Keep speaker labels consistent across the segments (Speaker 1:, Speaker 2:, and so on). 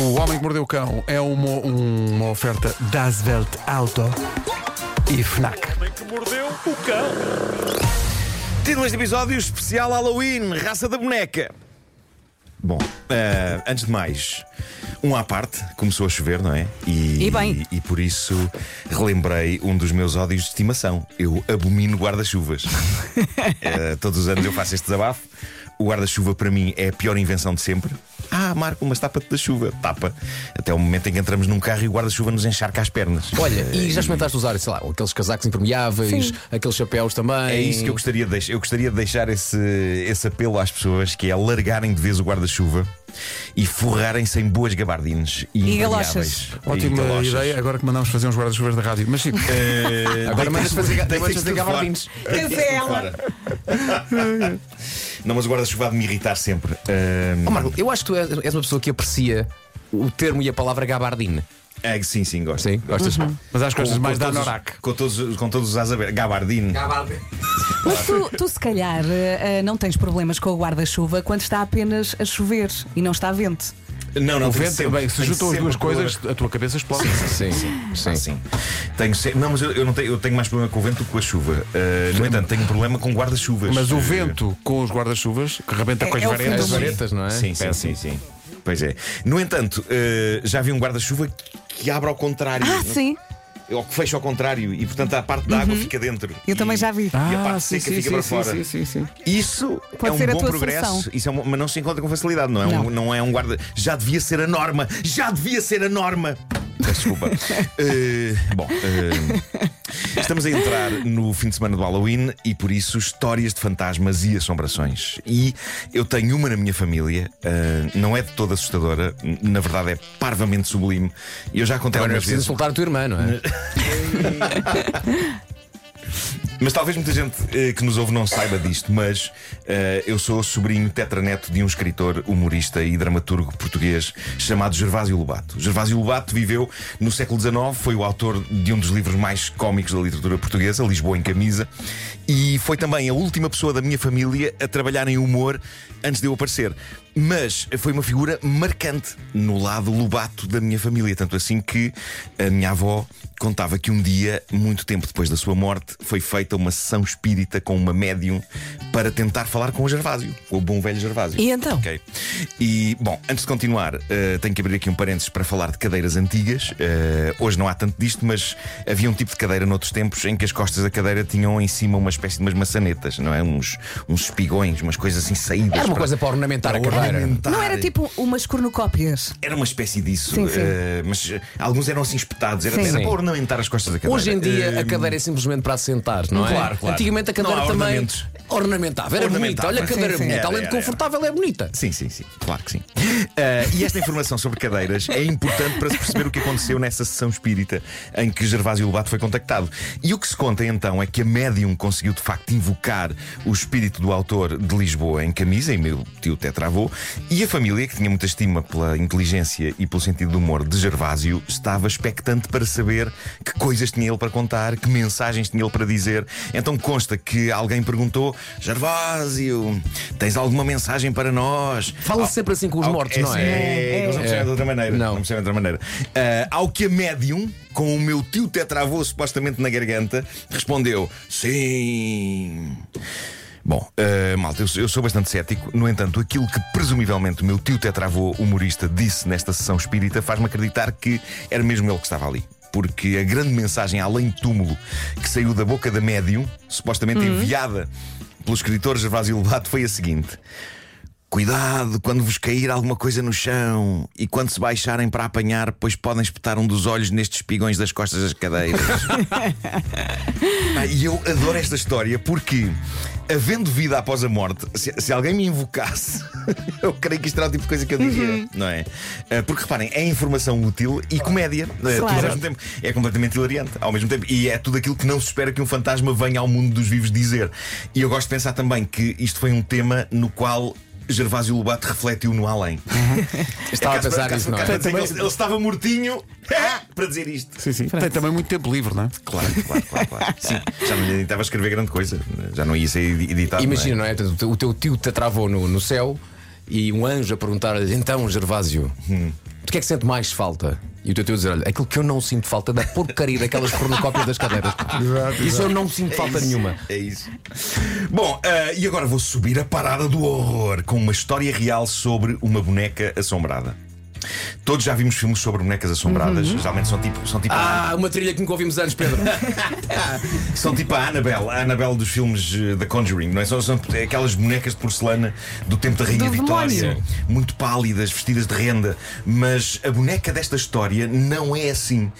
Speaker 1: O Homem que Mordeu o Cão é uma, uma oferta Das Welt Auto e FNAC.
Speaker 2: Título deste episódio especial Halloween, raça da boneca. Bom, eh, antes de mais, um à parte, começou a chover, não é?
Speaker 3: E bem.
Speaker 2: E, por isso relembrei um dos meus ódios de estimação. Eu abomino guarda-chuvas. Eh, todos os anos eu faço este desabafo. O guarda-chuva para mim é a pior invenção de sempre. Ah, Marco, mas tapa-te da chuva. Tapa. Até o momento em que entramos num carro e o guarda-chuva nos encharca as pernas.
Speaker 4: Olha, e
Speaker 2: Eh,
Speaker 4: já experimentaste usar, sei lá, aqueles casacos impermeáveis, aqueles chapéus também.
Speaker 2: É isso que eu gostaria de deixar. Eu gostaria de deixar esse, esse apelo às pessoas que é largarem de vez o guarda-chuva e forrarem-se em boas gabardines e,
Speaker 3: E
Speaker 2: impermeáveis.
Speaker 3: galochas.
Speaker 2: E
Speaker 1: Ótima
Speaker 2: galochas.
Speaker 1: ideia, agora que mandámos fazer uns guarda-chuvas da rádio. Mas sim,
Speaker 2: Eh,
Speaker 4: Agora mandas
Speaker 2: deitem-se-
Speaker 4: fazer-
Speaker 2: deitem-se
Speaker 4: mandas
Speaker 2: tudo
Speaker 4: fazer
Speaker 2: fora.
Speaker 4: gabardines.
Speaker 2: Deitem-se tudo fora. Não, mas o guarda-chuva há de me irritar sempre. Eh,
Speaker 4: Oh, Marco, eu acho que tu és és uma pessoa que aprecia o termo e a palavra gabardine.
Speaker 2: é, sim, sim, gosto.
Speaker 4: Sim, gostas?
Speaker 1: mas acho que gostas
Speaker 2: Com-
Speaker 1: mais
Speaker 2: com
Speaker 1: da
Speaker 2: todos os-
Speaker 1: Anorak.
Speaker 2: Com todos, os- com todos os as abertos. Gabardine.
Speaker 4: Gabardine.
Speaker 3: Mas tu, tu, se calhar, eh, eh, não tens problemas com o guarda-chuva quando está apenas a chover e não está vento.
Speaker 2: Não, não,
Speaker 1: O
Speaker 2: tenho
Speaker 1: vento,
Speaker 2: sempre-
Speaker 1: bem, se
Speaker 2: tenho
Speaker 1: juntam as
Speaker 2: sempre
Speaker 1: duas
Speaker 2: problema.
Speaker 1: coisas, a tua cabeça explode.
Speaker 4: Sim, sim.
Speaker 2: Ah, sim. Tenho sempre... Não, mas eu, eu não tenho, eu tenho mais problema com o vento do que com a chuva. Uh, no entanto, tenho problema com guarda-chuvas.
Speaker 1: Mas
Speaker 2: Uh,
Speaker 1: o vento com os guarda-chuvas, que rebenta
Speaker 3: É-
Speaker 1: com as
Speaker 3: é o fim
Speaker 1: varetas.
Speaker 4: As varetas, não é?
Speaker 2: Sim, sim, sim, sim. Pois é. No entanto, uh, já vi um guarda-chuva que abre ao contrário.
Speaker 3: Ah,
Speaker 2: Não-
Speaker 3: sim.
Speaker 2: Ou que fecha ao contrário. E, portanto, a parte da água fica dentro.
Speaker 3: Uhum. Eu
Speaker 2: E-
Speaker 3: também já vi.
Speaker 2: E a parte seca fica para fora.
Speaker 4: Ah, sim, sim.
Speaker 2: Isso
Speaker 3: Pode
Speaker 2: é um
Speaker 3: ser a
Speaker 2: bom
Speaker 3: tua
Speaker 2: progresso,
Speaker 3: solução.
Speaker 2: Isso é um- mas não se encontra com facilidade, não é?
Speaker 3: Não.
Speaker 2: Um, não é um guarda. Já devia ser a norma! Já devia ser a norma! Peço Desculpa. Eh, bom, eh, estamos a entrar no fim de semana do Halloween e por isso histórias de fantasmas e assombrações. E eu tenho uma na minha família, eh, não é de toda assustadora, na verdade é parvamente sublime. E eu já contei
Speaker 4: Agora não é
Speaker 2: algumas vezes.
Speaker 4: preciso insultar a tua irmã, não é?
Speaker 2: Mas talvez muita gente eh, que nos ouve não saiba disto, mas eh, eu sou sobrinho tetraneto de um escritor, humorista e dramaturgo português chamado Gervásio Lobato. Gervásio Lobato viveu no século XIX, foi o autor de um dos livros mais cómicos da literatura portuguesa, Lisboa em Camisa, e foi também a última pessoa da minha família a trabalhar em humor antes de eu aparecer. Mas foi uma figura marcante no lado lobato da minha família, tanto assim que a minha avó contava que um dia, muito tempo depois da sua morte, foi feita uma sessão espírita com uma médium para tentar falar com o Gervásio, com o bom velho Gervásio.
Speaker 3: E então?
Speaker 2: Ok. E, bom, antes de continuar, eh, tenho que abrir aqui um parênteses para falar de cadeiras antigas. Eh, hoje não há tanto disto, mas havia um tipo de cadeira noutros tempos em que as costas da cadeira tinham em cima uma espécie de umas maçanetas, não é? Uns, uns espigões, umas coisas assim saídas.
Speaker 4: Era uma coisa para ornamentar a cadeira.
Speaker 2: ornamentar.
Speaker 3: Não era tipo umas cornucópias.
Speaker 2: Era uma espécie disso,
Speaker 3: Sim, sim.
Speaker 2: eh, mas eh, alguns eram assim espetados, era,
Speaker 3: Sim.
Speaker 2: era
Speaker 4: Sim.
Speaker 2: para ornamentar as costas da cadeira.
Speaker 4: Hoje em dia
Speaker 2: Eh,
Speaker 4: a cadeira é simplesmente para assentar, não é?
Speaker 2: Claro, claro.
Speaker 4: Antigamente a
Speaker 2: Não há
Speaker 4: cadeira também
Speaker 2: ornamentos.
Speaker 4: ornamentava, era bonita.
Speaker 2: Ornamentava.
Speaker 4: Olha a cadeira
Speaker 3: Sim, sim.
Speaker 4: bonita,
Speaker 2: Era,
Speaker 4: além de
Speaker 2: era, era.
Speaker 4: confortável, é bonita.
Speaker 2: Sim, sim, sim, claro que sim. Ah, e esta informação sobre cadeiras é importante para se perceber o que aconteceu nessa sessão espírita em que Gervásio Lobato foi contactado. E o que se conta então é que a médium conseguiu de facto invocar o espírito do autor de Lisboa em camisa, e meu tio tetravô, e a família, que tinha muita estima pela inteligência e pelo sentido do humor de Gervásio, estava expectante para saber que coisas tinha ele para contar, que mensagens tinha ele para dizer. Então consta que alguém perguntou: Gervásio, tens alguma mensagem para nós?
Speaker 4: Fala sempre assim com os
Speaker 2: Ao-
Speaker 4: mortos, não é?
Speaker 2: É, eles não percebem de outra maneira.
Speaker 4: Não.
Speaker 2: Não, percebem de outra maneira. Ah, ao que a médium, com o meu tio tetravô supostamente na garganta, respondeu: Sim. Bom, ah, malta, eu, sou- eu sou bastante cético. No entanto, aquilo que presumivelmente o meu tio tetravô humorista disse nesta sessão espírita faz-me acreditar que era mesmo ele que estava ali. Porque a grande mensagem além de túmulo que saiu da boca da médium, supostamente
Speaker 4: Uhum.
Speaker 2: enviada pelo escritor Gervásio Lobato, foi a seguinte: Cuidado quando vos cair alguma coisa no chão e quando se baixarem para apanhar, pois podem espetar um dos olhos nestes espigões das costas das cadeiras. Ah, e eu adoro esta história porque, havendo vida após a morte, se, se alguém me invocasse, eu creio que isto era o tipo de coisa que eu diria, não é? Ah, Porque reparem, é informação útil e comédia. Ah, tudo ao
Speaker 3: Claro.
Speaker 2: mesmo tempo. É completamente hilariante ao mesmo tempo. E é tudo aquilo que não se espera que um fantasma venha ao mundo dos vivos dizer. E eu gosto de pensar também que isto foi um tema no qual. Gervásio Lobato refletiu no além.
Speaker 4: Estava a
Speaker 2: Acaso-
Speaker 4: pensar
Speaker 2: acaso-
Speaker 4: nisso, não é?
Speaker 2: acaso- Ele, ele estava mortinho ah, para dizer isto.
Speaker 1: Sim, sim. Tem também muito tempo livre, não é?
Speaker 2: Claro, claro, claro, claro. Sim, já não estava a escrever grande coisa. Já não ia ser edi- editado.
Speaker 4: Imagina, não é? Portanto, O teu tio te atravou no, no céu e um anjo a perguntar-lhe: então, Gervásio, do que que é que sente mais falta? E o teu teu dizer, olha, aquilo que eu não sinto falta é da porcaria daquelas pornocópias das cadeiras. Isso eu não sinto falta
Speaker 2: isso,
Speaker 4: nenhuma.
Speaker 2: É isso. Bom, ah, e agora vou subir a parada do horror com uma história real sobre uma boneca assombrada. Todos já vimos filmes sobre bonecas assombradas, geralmente são tipo, são tipo
Speaker 4: Uhum. Ah, uma trilha que nunca ouvimos antes, Pedro.
Speaker 2: São tipo a Annabelle, a Annabelle dos filmes eh, da Conjuring, não é? São, são aquelas bonecas de porcelana do tempo da Rainha
Speaker 3: Do
Speaker 2: Vitória,
Speaker 3: demónio.
Speaker 2: muito pálidas, vestidas de renda. Mas a boneca desta história não é assim.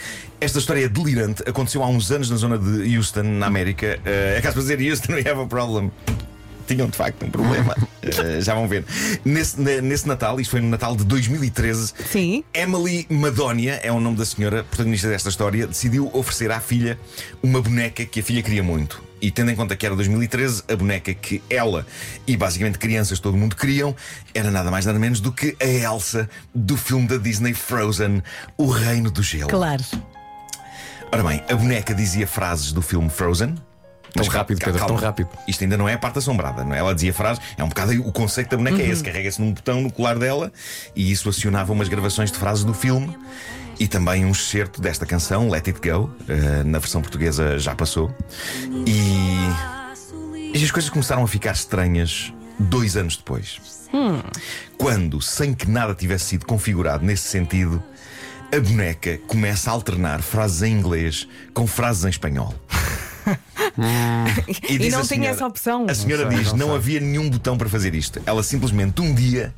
Speaker 2: Esta história é delirante, aconteceu há uns anos na zona de Houston, na América. Eh, acaso para dizer Houston, we have a problem. Tinham de facto um problema. Eh, já vão ver. Nesse, ne- nesse Natal, isto foi no Natal de 2013,
Speaker 3: Sim.
Speaker 2: Emily Madonia é o nome da senhora protagonista desta história. Decidiu oferecer à filha uma boneca que a filha queria muito. E tendo em conta que era 2013, a boneca que ela e basicamente crianças todo mundo queriam era nada mais nada menos do que a Elsa do filme da Disney Frozen, O Reino do Gelo.
Speaker 3: Claro.
Speaker 2: Ora bem, a boneca dizia frases do filme Frozen. Mas cal-
Speaker 4: rápido,
Speaker 2: cal-
Speaker 4: Pedro,
Speaker 2: calma.
Speaker 4: tão rápido.
Speaker 2: Isto ainda não é a parte assombrada, não é? Ela dizia frases, é um bocado o conceito da boneca é
Speaker 4: Uhum.
Speaker 2: esse, carrega-se num botão no colar dela e isso acionava umas gravações de frases do filme e também um excerto desta canção, Let It Go, eh, na versão portuguesa já passou. E e as coisas começaram a ficar estranhas dois anos depois. Quando, sem que nada tivesse sido configurado nesse sentido, a boneca começa a alternar frases em inglês com frases em espanhol.
Speaker 3: E
Speaker 2: diz
Speaker 3: não
Speaker 2: a
Speaker 3: tem essa opção.
Speaker 2: A senhora
Speaker 1: Não sei,
Speaker 2: diz:
Speaker 1: não
Speaker 2: não,
Speaker 1: sei.
Speaker 2: havia nenhum botão para fazer isto. Ela simplesmente um dia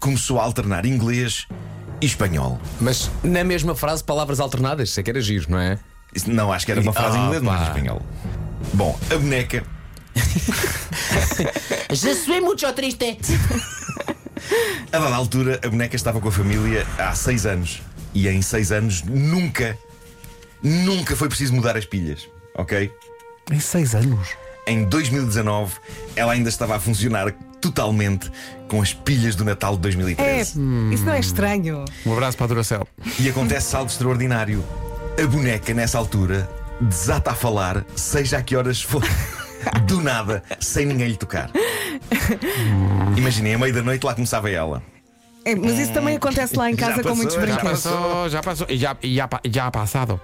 Speaker 2: começou a alternar inglês e espanhol.
Speaker 4: Mas na mesma frase, palavras alternadas, isso é que era giro, não é?
Speaker 2: Isso- Não, acho que era uma frase em
Speaker 4: Ah,
Speaker 2: inglês, não era em
Speaker 4: pá.
Speaker 2: espanhol. Bom, a boneca
Speaker 5: Je suis mucho triste.
Speaker 2: A dada altura, a boneca estava com a família há seis anos. E em seis anos nunca, nunca foi preciso mudar as pilhas, ok?
Speaker 1: Em seis anos.
Speaker 2: Em 2019, ela ainda estava a funcionar totalmente com as pilhas do Natal de
Speaker 3: É,
Speaker 2: 2013.
Speaker 3: isso não é estranho.
Speaker 1: Um abraço para a Duracel.
Speaker 2: E acontece algo extraordinário. A boneca, nessa altura, desata a falar, seja a que horas for, do nada, sem ninguém lhe tocar. Imaginem, à meia da noite lá começava ela.
Speaker 3: É, mas isso também acontece lá em
Speaker 2: Já
Speaker 3: casa com
Speaker 2: passou,
Speaker 3: muitos
Speaker 2: já
Speaker 1: Já
Speaker 3: brinquedos.
Speaker 1: passou, já passou. E já, e já, pa- já ha passado.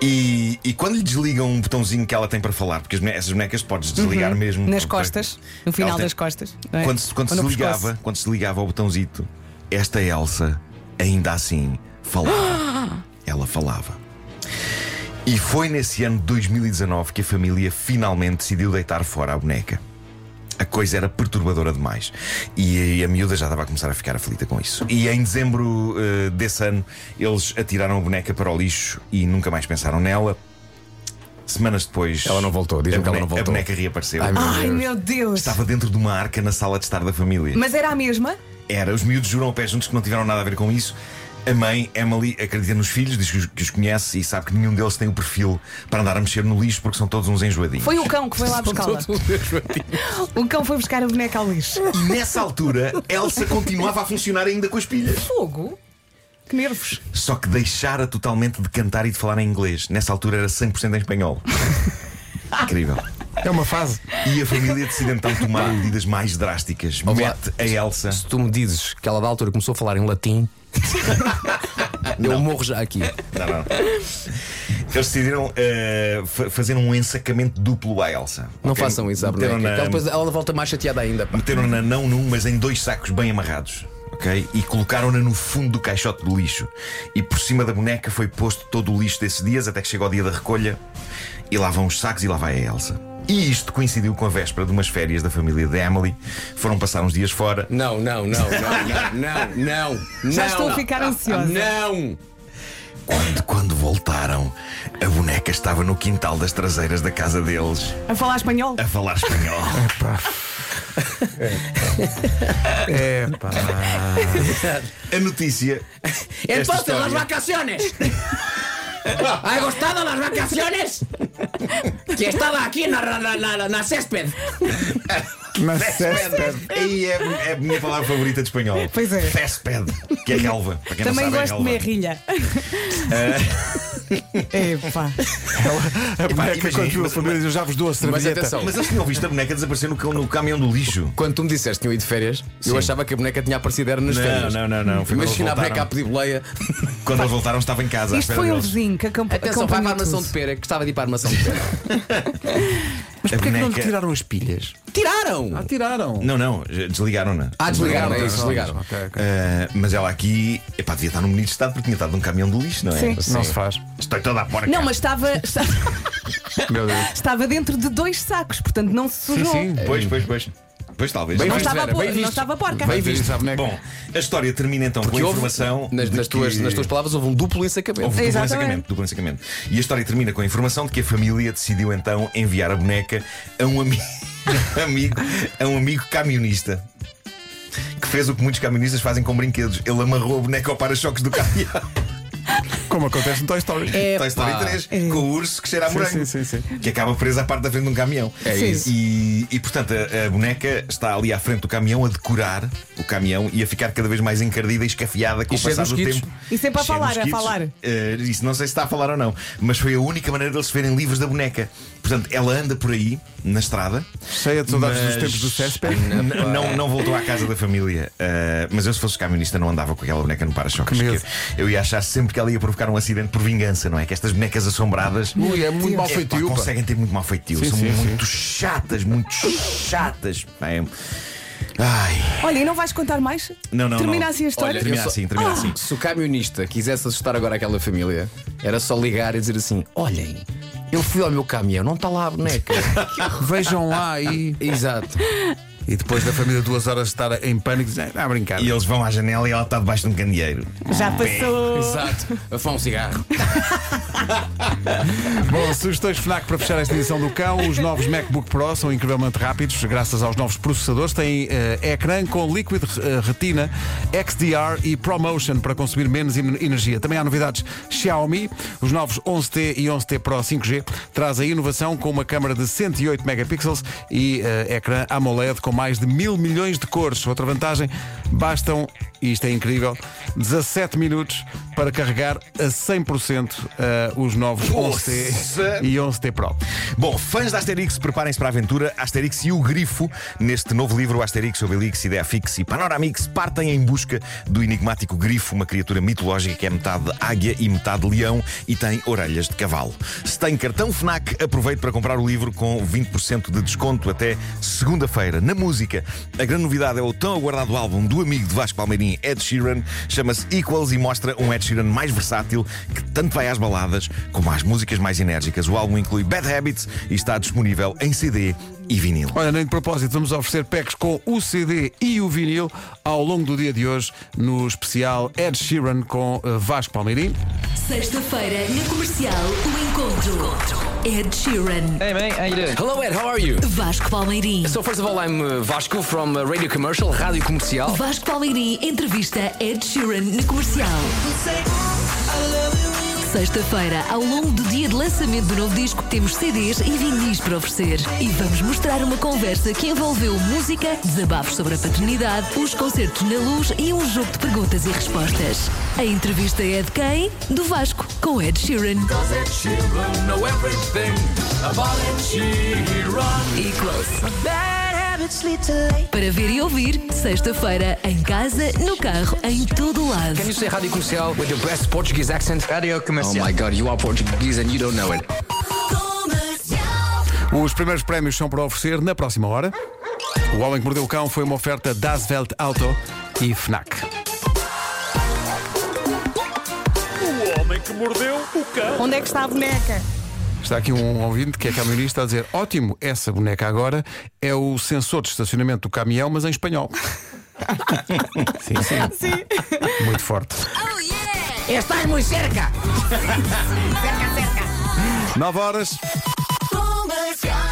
Speaker 2: E, e quando lhe desligam um botãozinho que ela tem para falar, porque as bone- essas bonecas podes desligar mesmo.
Speaker 3: Uhum. Nas
Speaker 2: Não
Speaker 3: costas,
Speaker 2: tem-
Speaker 3: no final
Speaker 2: Ela tem-
Speaker 3: das costas. não é?
Speaker 2: Quando, se- quando
Speaker 3: Ou
Speaker 2: se
Speaker 3: no
Speaker 2: ligava,
Speaker 3: pescoço.
Speaker 2: quando se ligava ao botãozito, esta Elsa ainda assim falava. ela falava. E foi nesse ano de 2019 que a família finalmente decidiu deitar fora a boneca. A coisa era perturbadora demais. E a- a miúda já estava a começar a ficar aflita com isso. E em dezembro eh, desse ano, eles atiraram a boneca para o lixo e nunca mais pensaram nela. Semanas depois.
Speaker 4: Ela não voltou, diz-me
Speaker 2: a
Speaker 4: que ela
Speaker 2: boneca-
Speaker 4: não
Speaker 2: A
Speaker 4: voltou.
Speaker 2: boneca reapareceu.
Speaker 4: Ai, meu
Speaker 3: Ai meu Deus!
Speaker 2: Estava dentro de uma arca na sala de estar da família.
Speaker 3: Mas era a mesma?
Speaker 2: Era, os miúdos juram ao pé juntos que não tiveram nada a ver com isso. A mãe, Emily, acredita nos filhos, diz que os, que os conhece e sabe que nenhum deles tem o perfil para andar a mexer no lixo porque são todos uns enjoadinhos.
Speaker 3: Foi o cão que foi lá buscá-la. O cão foi buscar a boneca ao lixo.
Speaker 2: E nessa altura, Elsa continuava a funcionar ainda com as pilhas.
Speaker 3: Fogo! Que nervos!
Speaker 2: Só que deixara totalmente de cantar e de falar em inglês. Nessa altura era 100% em espanhol. Incrível.
Speaker 1: É uma fase.
Speaker 2: E a família decide então tomar medidas mais drásticas.
Speaker 4: Olá.
Speaker 2: Mete a Elsa.
Speaker 4: Se tu me dizes que ela da altura começou a falar em latim, eu morro já aqui.
Speaker 2: Não, não. Tá Eles decidiram eh, fa- fazer um ensacamento duplo à Elsa.
Speaker 4: Não
Speaker 2: Ok?
Speaker 4: façam isso à boneca.
Speaker 2: Meteram
Speaker 4: que Ela,
Speaker 2: na,
Speaker 4: depois, ela volta mais chateada ainda. pá.
Speaker 2: meteram-na não num, mas em dois sacos bem amarrados. ok? E colocaram-na no fundo do caixote do lixo. E por cima da boneca foi posto todo o lixo desses dias, até que chegou o dia da recolha. E lá vão os sacos e lá vai a Elsa. E isto coincidiu com a véspera de umas férias da família de Emily. Foram passar uns dias fora.
Speaker 4: Não, não, não, não, não, não, não.
Speaker 3: Já estou a ficar ansiosa.
Speaker 4: Não!
Speaker 2: Quando, quando voltaram, a boneca estava no quintal das traseiras da casa deles.
Speaker 3: A falar espanhol?
Speaker 2: a falar espanhol.
Speaker 1: É, pá.
Speaker 2: A notícia. Esta
Speaker 4: Entonces,
Speaker 2: história-
Speaker 4: las vacaciones. ¿Ha gustado las vacaciones? Que estaba aquí en la, la, la- la- la césped.
Speaker 1: Mas
Speaker 2: Aí é, é a minha palavra favorita de espanhol.
Speaker 3: Pois é.
Speaker 2: Césped, que é relva. Para quem
Speaker 3: Também
Speaker 2: não sabe,
Speaker 3: gosto
Speaker 2: é
Speaker 3: de
Speaker 2: relva.
Speaker 3: merrilha. Eh, Epá.
Speaker 1: Ela, a boneca,
Speaker 2: imagina,
Speaker 1: É quando viu a
Speaker 2: mas-
Speaker 1: família, diz, eu já vos dou a
Speaker 6: Mas
Speaker 1: servieta.
Speaker 6: atenção,
Speaker 2: Mas eles tinham visto a boneca desaparecer no, ca- no caminhão do lixo.
Speaker 6: quando tu me disseste que tinham ido de férias, eu achava que a boneca tinha aparecido era nas férias.
Speaker 2: não, não. Foi quando, eles
Speaker 6: Imagina a boneca à
Speaker 2: voltaram,
Speaker 6: pediboleia.
Speaker 2: quando eles voltaram, estava em casa. à
Speaker 3: Isto
Speaker 2: espera
Speaker 3: foi um
Speaker 2: deles.
Speaker 3: vizinho que acompa-
Speaker 6: Atenção, vai para a
Speaker 3: acompanhou
Speaker 6: armação de
Speaker 3: tudo.
Speaker 6: pera, que estava de ir para a armação de pera.
Speaker 1: Mas porquê
Speaker 2: A
Speaker 1: é que não lhe
Speaker 2: boneca-
Speaker 1: tiraram as pilhas?
Speaker 4: Ah,
Speaker 6: Tiraram!
Speaker 1: tiraram.
Speaker 2: Não, não, desligaram-na.
Speaker 6: Ah, desligaram, é isso, desligaram.
Speaker 1: Ok, ok.
Speaker 2: Ah, mas ela aqui, epá, devia estar num bonito estado porque tinha estado num caminhão do lixo, não é?
Speaker 3: Sim.
Speaker 1: Não se faz.
Speaker 2: Estou toda a porca.
Speaker 3: Não, mas estava, esta-
Speaker 1: Meu Deus.
Speaker 3: estava dentro de dois sacos, portanto não se sujou.
Speaker 1: sim.
Speaker 2: Pois, pois, pois. Pois talvez.
Speaker 6: Bem
Speaker 3: Não,
Speaker 2: Mas-
Speaker 6: visto,
Speaker 3: estava,
Speaker 6: Vera,
Speaker 3: por-
Speaker 6: bem
Speaker 3: não
Speaker 6: visto.
Speaker 3: estava porca.
Speaker 6: Bem visto.
Speaker 1: Essa boneca.
Speaker 2: Bom, a história termina então
Speaker 6: Porque
Speaker 2: com a
Speaker 6: houve-
Speaker 2: informação.
Speaker 6: nas,
Speaker 2: de
Speaker 6: nas tuas,
Speaker 2: que-
Speaker 6: nas tuas palavras houve um duplo ensacamento.
Speaker 2: Houve duplo
Speaker 3: Exatamente.
Speaker 2: ensancamento, duplo ensancamento. E a história termina com a informação de que a família decidiu então enviar a boneca a um ami- amigo, a um amigo camionista. Que fez o que muitos camionistas fazem com brinquedos. Ele amarrou a boneca ao para-choques do caminhão.
Speaker 1: Como acontece no Toy Story.
Speaker 2: Toy Story 3, com o urso que cheira a
Speaker 1: Sim, sim,
Speaker 2: morango.
Speaker 1: sim, sim.
Speaker 2: Que acaba preso à parte da frente de um caminhão.
Speaker 6: É Sim. isso.
Speaker 2: E, e, portanto, a, a boneca está ali à frente do caminhão a decorar o caminhão e a ficar cada vez mais encardida e escafiada com
Speaker 6: E
Speaker 2: o
Speaker 1: é
Speaker 6: cheia de
Speaker 2: passar do
Speaker 6: mosquitos.
Speaker 2: tempo.
Speaker 3: E sempre
Speaker 2: Cheia
Speaker 3: a
Speaker 2: de
Speaker 3: falar, a
Speaker 2: mosquitos.
Speaker 3: falar.
Speaker 2: Eh, isso não sei se está a falar ou não, mas foi a única maneira deles se verem livres da boneca. Portanto, ela anda por aí, na estrada.
Speaker 1: Cheia de saudades
Speaker 2: mas-
Speaker 1: dos tempos do Cesper.
Speaker 2: N- Não, não voltou à casa da família. eh, mas eu, se fosse camionista, não andava com aquela boneca no para-choques.
Speaker 1: Que medo.
Speaker 2: que Eu ia achar sempre que ela ia provocar um acidente por vingança, não é? Que estas bonecas assombradas.
Speaker 1: Ui, é muito mal
Speaker 2: Epá,
Speaker 1: feitio. pá.
Speaker 2: Conseguem ter muito mau feitio.
Speaker 1: Sim,
Speaker 2: São
Speaker 1: sim,
Speaker 2: muito chatas, muito chatas. Bem, Ai.
Speaker 3: Olha, e não vais contar mais?
Speaker 2: Não, não,
Speaker 3: Termina
Speaker 2: não.
Speaker 3: assim a história.
Speaker 2: Olha, Termina
Speaker 6: eu só-
Speaker 2: assim, termina
Speaker 6: Ah!
Speaker 2: assim.
Speaker 6: Se o camionista quisesse assustar agora aquela família, era só ligar e dizer assim: olhem, eu fui ao meu caminhão, não está lá a boneca.
Speaker 1: Vejam lá e.
Speaker 6: Exato.
Speaker 1: E depois da família duas horas estar em pânico, dizem, ah, brincar.
Speaker 2: E eles vão à janela e ela está debaixo de um candeeiro.
Speaker 3: Já
Speaker 6: Oh!
Speaker 3: passou.
Speaker 6: Exato. A fumar um cigarro.
Speaker 1: Bom, sugestões FNAC para fechar esta edição do cão. Os novos MacBook Pro são incrivelmente rápidos, graças aos novos processadores. Têm eh, ecrã com Liquid eh, Retina, XDR e ProMotion para consumir menos em- energia. Também há novidades Xiaomi. Os novos 11T e 11T Pro 5G trazem inovação com uma câmara de 108 megapixels e eh, ecrã AMOLED com mais de mil milhões de cores. Outra vantagem, bastam, e isto é incrível, 17 minutos para carregar a 100% eh, os novos 11T
Speaker 2: Nossa!
Speaker 1: e 11T Pro.
Speaker 2: Bom, fãs da Asterix, preparem-se para a aventura. Asterix e o Grifo, neste novo livro, Asterix, Obelix, Ideafix e Panoramix, partem em busca do enigmático Grifo, uma criatura mitológica que é metade águia e metade leão e tem orelhas de cavalo. Se tem cartão Fnac, aproveite para comprar o livro com 20% de desconto até segunda-feira. Na música, a grande novidade é o tão aguardado álbum do amigo de Vasco Palmeirim, Ed Sheeran, chama-se Equals e mostra um Ed Sheeran mais versátil que tanto vai às baladas como às músicas mais enérgicas. O álbum inclui Bad Habits e está disponível em CD e vinil.
Speaker 1: Olha, nem de propósito, vamos oferecer packs com o CD e o vinil ao longo do dia de hoje no especial Ed Sheeran com eh, Vasco Palmeirim.
Speaker 7: Sexta-feira, na comercial, o encontro. é Ed Sheeran,
Speaker 8: Hey mate, how you doing?
Speaker 6: Hello Ed, how are you?
Speaker 7: Vasco Palmeirim.
Speaker 6: So first of all, I'm uh, Vasco from uh, Radio Commercial, Rádio Comercial.
Speaker 7: Vasco Palmeirim entrevista Ed Sheeran na comercial. Sexta-feira, ao longo do dia de lançamento do novo disco, temos CDs e vinis para oferecer. E vamos mostrar uma conversa que envolveu música, desabafos sobre a paternidade, os concertos na luz e um jogo de perguntas e respostas. A entrevista é de quem? Do Vasco, com Ed Sheeran. Equals. Para ver e ouvir, sexta-feira, em casa, no carro, em todo o lado.
Speaker 6: Can you say Rádio Comercial with your best Portuguese accent?
Speaker 8: Radio
Speaker 6: Oh
Speaker 8: Comercial.
Speaker 6: my god, you are Portuguese and you don't know it.
Speaker 1: Os primeiros prémios são para oferecer na próxima hora. O Homem que Mordeu o Cão foi uma oferta Das Welt Auto e Fnac.
Speaker 3: Onde é que está a boneca?
Speaker 1: Está aqui um ouvinte que é camionista a dizer: ótimo, essa boneca agora é o sensor de estacionamento do caminhão, mas em espanhol. sim, sim. Muito forte.
Speaker 7: Oh,
Speaker 5: Estás muito cerca.
Speaker 1: 9 horas.
Speaker 7: Comercial.